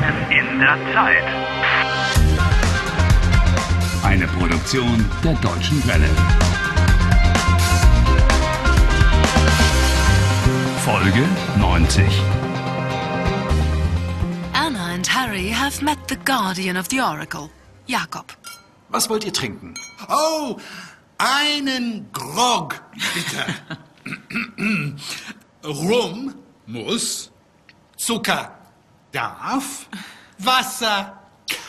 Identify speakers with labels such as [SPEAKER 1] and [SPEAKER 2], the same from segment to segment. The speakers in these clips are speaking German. [SPEAKER 1] der Zeit.
[SPEAKER 2] Eine Produktion der Deutschen Welle. Folge 90.
[SPEAKER 3] Anna and Harry have met the guardian of the oracle, Jakob.
[SPEAKER 4] Was wollt ihr trinken?
[SPEAKER 5] Oh, einen Grog, bitte. Rum muss, Zucker darf, Wasser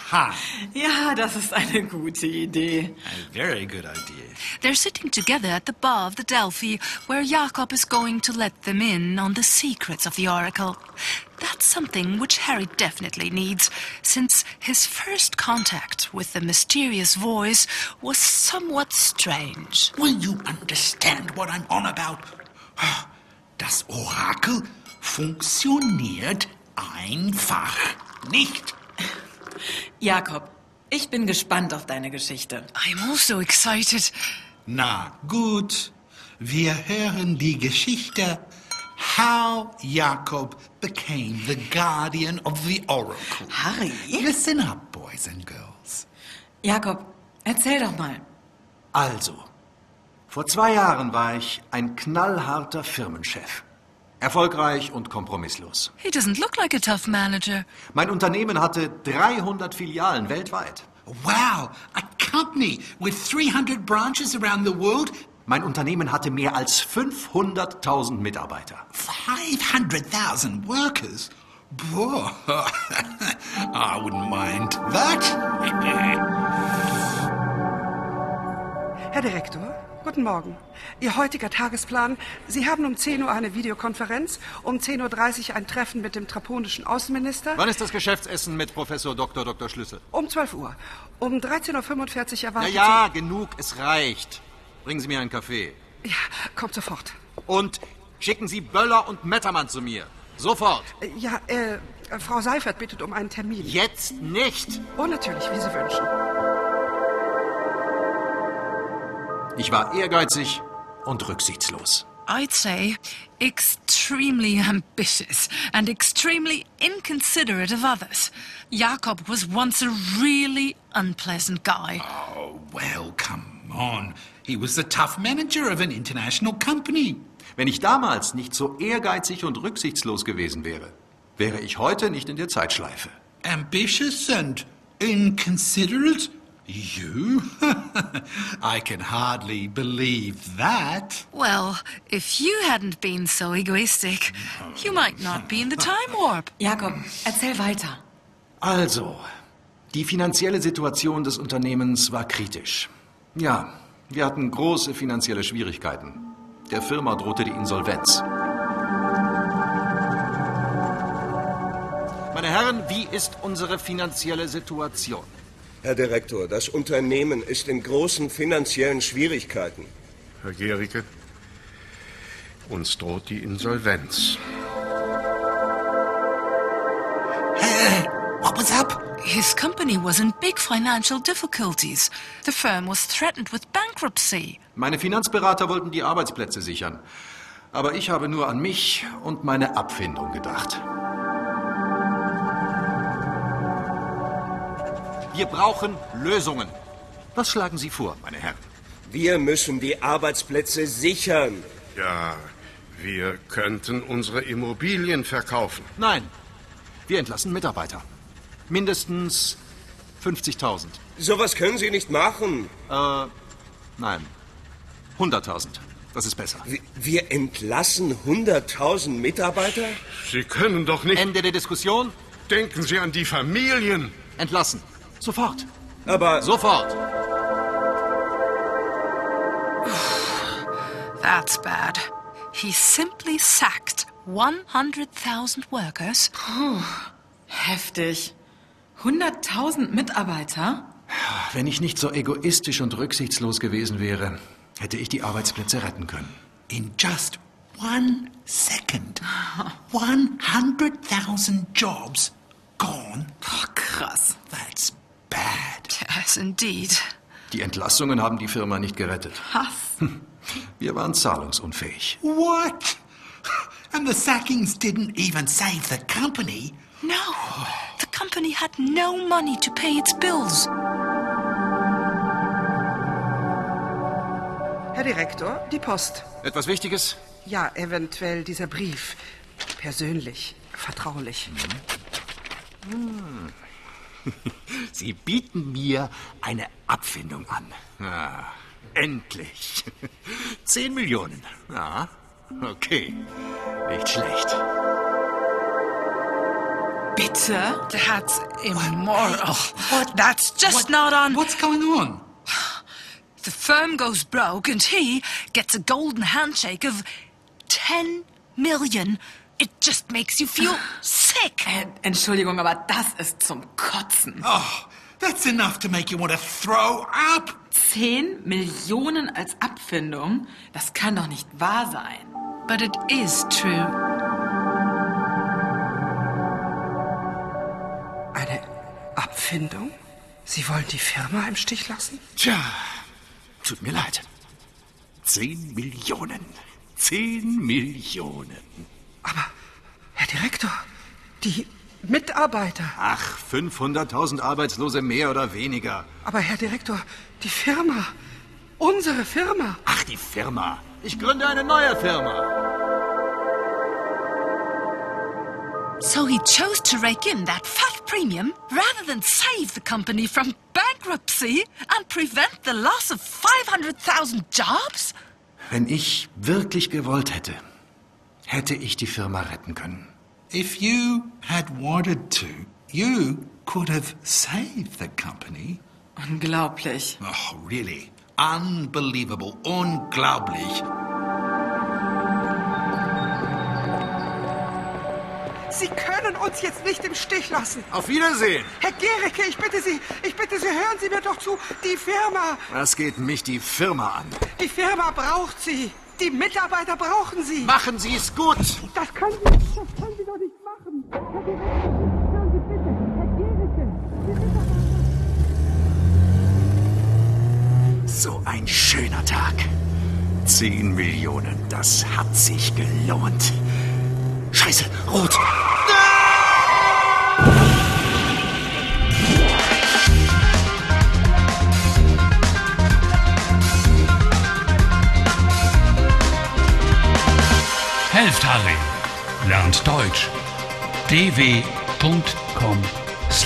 [SPEAKER 5] kann.
[SPEAKER 6] Ja, das ist eine gute Idee.
[SPEAKER 4] A very good idea.
[SPEAKER 3] They're sitting together at the bar of the Delphi, where Jakob is going to let them in on the secrets of the oracle. That's something which Harry definitely needs, since his first contact with the mysterious voice was somewhat strange.
[SPEAKER 5] Will you understand what I'm on about? Das Orakel funktioniert einfach nicht.
[SPEAKER 6] Jakob, ich bin gespannt auf deine Geschichte.
[SPEAKER 3] I'm also excited.
[SPEAKER 5] Na gut, wir hören die Geschichte How Jacob became the guardian of the oracle.
[SPEAKER 6] Harry?
[SPEAKER 5] Listen up, boys and girls.
[SPEAKER 6] Jakob, erzähl doch mal.
[SPEAKER 4] Also, vor zwei Jahren war ich ein knallharter Firmenchef. Erfolgreich und kompromisslos.
[SPEAKER 3] He doesn't look like a tough manager.
[SPEAKER 4] Mein Unternehmen hatte 300 Filialen weltweit.
[SPEAKER 5] Wow, a company with 300 branches around the world?
[SPEAKER 4] Mein Unternehmen hatte mehr als 500.000 Mitarbeiter.
[SPEAKER 5] 500,000 workers? Boah, I wouldn't mind that.
[SPEAKER 7] Herr Direktor, guten Morgen. Ihr heutiger Tagesplan. Sie haben um 10 Uhr eine Videokonferenz, um 10.30 Uhr ein Treffen mit dem traponischen Außenminister,
[SPEAKER 4] Wann ist das Geschäftsessen mit Professor Dr. Dr. Schlüssel?
[SPEAKER 7] um 12 Uhr. Um 13.45 Uhr
[SPEAKER 4] Ja,
[SPEAKER 7] erwartet
[SPEAKER 4] ja, genug, es reicht. Bringen Sie mir einen Kaffee.
[SPEAKER 7] Sie... Ja, kommt sofort.
[SPEAKER 4] Und schicken Sie Böller und Mettermann zu mir. Sofort.
[SPEAKER 7] Äh, Ja, äh, Frau Seifert bittet um einen Termin.
[SPEAKER 4] Jetzt nicht.
[SPEAKER 7] Oh, natürlich, wie Sie wünschen.
[SPEAKER 4] Ich war ehrgeizig und rücksichtslos.
[SPEAKER 3] I'd say extremely ambitious and extremely inconsiderate of others. Jakob was once a really unpleasant guy.
[SPEAKER 5] Oh, well, come on. He was the tough manager of an international company.
[SPEAKER 4] Wenn ich damals nicht so ehrgeizig und rücksichtslos gewesen wäre, wäre ich heute nicht in der Zeitschleife.
[SPEAKER 5] Ambitious and inconsiderate? You? I can hardly believe that.
[SPEAKER 3] Well, if you hadn't been so egoistic, you might not be in the time warp.
[SPEAKER 6] Jakob, erzähl weiter.
[SPEAKER 4] Also, die finanzielle Situation des Unternehmens war kritisch. Ja, wir hatten große finanzielle Schwierigkeiten. Der Firma drohte die Insolvenz. Meine Herren, wie ist unsere finanzielle Situation?
[SPEAKER 8] Herr Direktor, das Unternehmen ist in großen finanziellen Schwierigkeiten.
[SPEAKER 9] Herr Gericke, uns droht die Insolvenz.
[SPEAKER 5] Hey, what was up?
[SPEAKER 3] His company was in big financial difficulties. The firm was threatened with bankruptcy.
[SPEAKER 4] Meine Finanzberater wollten die Arbeitsplätze sichern. Aber ich habe nur an mich und meine Abfindung gedacht. Wir brauchen Lösungen. Was schlagen Sie vor, meine Herren?
[SPEAKER 8] Wir müssen die Arbeitsplätze sichern.
[SPEAKER 9] Ja, wir könnten unsere Immobilien verkaufen.
[SPEAKER 4] Nein, wir entlassen Mitarbeiter. Mindestens 50.000.
[SPEAKER 8] Sowas können Sie nicht machen.
[SPEAKER 4] Nein, 100.000. Das ist besser.
[SPEAKER 8] W- Wir entlassen 100.000 Mitarbeiter?
[SPEAKER 9] Sie können doch nicht.
[SPEAKER 4] Ende der Diskussion.
[SPEAKER 9] Denken Sie an die Familien.
[SPEAKER 4] Entlassen. Sofort.
[SPEAKER 8] Aber
[SPEAKER 4] Sofort.
[SPEAKER 3] That's bad. He simply sacked 100,000 workers
[SPEAKER 6] Heftig. 100.000 Mitarbeiter?
[SPEAKER 4] Wenn ich nicht so egoistisch und rücksichtslos gewesen wäre, hätte ich die Arbeitsplätze retten können.
[SPEAKER 5] In just one second, 100,000 jobs gone.
[SPEAKER 6] Boah, krass.
[SPEAKER 5] That's bad.
[SPEAKER 3] Yes, indeed.
[SPEAKER 4] Die Entlassungen haben die Firma nicht gerettet. Hm.
[SPEAKER 6] Hass.
[SPEAKER 4] Wir waren zahlungsunfähig.
[SPEAKER 5] What? And the sackings didn't even save the company.
[SPEAKER 3] No, the company had no money to pay its bills.
[SPEAKER 7] Herr Direktor, die Post.
[SPEAKER 4] Etwas Wichtiges?
[SPEAKER 7] Ja, eventuell dieser Brief. Persönlich, vertraulich.
[SPEAKER 4] Sie bieten mir eine Abfindung an. Ah, endlich. Zehn Millionen. Ja, okay. Nicht schlecht.
[SPEAKER 6] Bitte?
[SPEAKER 3] That's immoral. That's just not on.
[SPEAKER 5] What's going on?
[SPEAKER 3] The firm goes broke and he gets a golden handshake of 10 million. It just makes you feel sick.
[SPEAKER 6] Äh, Entschuldigung, aber das ist zum Kotzen.
[SPEAKER 5] Oh, that's enough to make you want to throw up.
[SPEAKER 6] Zehn Millionen als Abfindung? Das kann doch nicht wahr sein.
[SPEAKER 3] But it is true.
[SPEAKER 7] Eine Abfindung? Sie wollen die Firma im Stich lassen?
[SPEAKER 4] Tja, tut mir leid. Zehn Millionen. Zehn Millionen.
[SPEAKER 7] Herr Direktor, die Mitarbeiter.
[SPEAKER 4] Ach, 500.000 Arbeitslose mehr oder weniger.
[SPEAKER 7] Aber Herr Direktor, die Firma. Unsere Firma.
[SPEAKER 4] Ach, die Firma. Ich gründe eine neue Firma.
[SPEAKER 3] So he chose to rake in that fat premium rather than save the company from bankruptcy and prevent the loss of 500,000 jobs?
[SPEAKER 4] Wenn ich wirklich gewollt hätte, hätte ich die Firma retten können.
[SPEAKER 5] If you had wanted to, you could have saved the company.
[SPEAKER 6] Unglaublich.
[SPEAKER 5] Oh, really? Unbelievable. Unglaublich.
[SPEAKER 7] Sie können uns jetzt nicht im Stich lassen.
[SPEAKER 4] Auf Wiedersehen.
[SPEAKER 7] Herr Gericke, ich bitte Sie, ich bitte Sie, hören Sie mir doch zu. Die Firma,
[SPEAKER 4] Was geht mich die Firma an?
[SPEAKER 7] die Firma braucht Sie. Die Mitarbeiter brauchen Sie.
[SPEAKER 4] Machen Sie es gut.
[SPEAKER 7] Das können Sie, das können Sie doch nicht machen. Herr Gericke, hören Sie bitte. Herr Gericke, die Mitarbeiter...
[SPEAKER 4] So ein schöner Tag. 10 Millionen, das hat sich gelohnt. Scheiße, rot.
[SPEAKER 2] Helft Harry. Lernt Deutsch. dw.com/harry.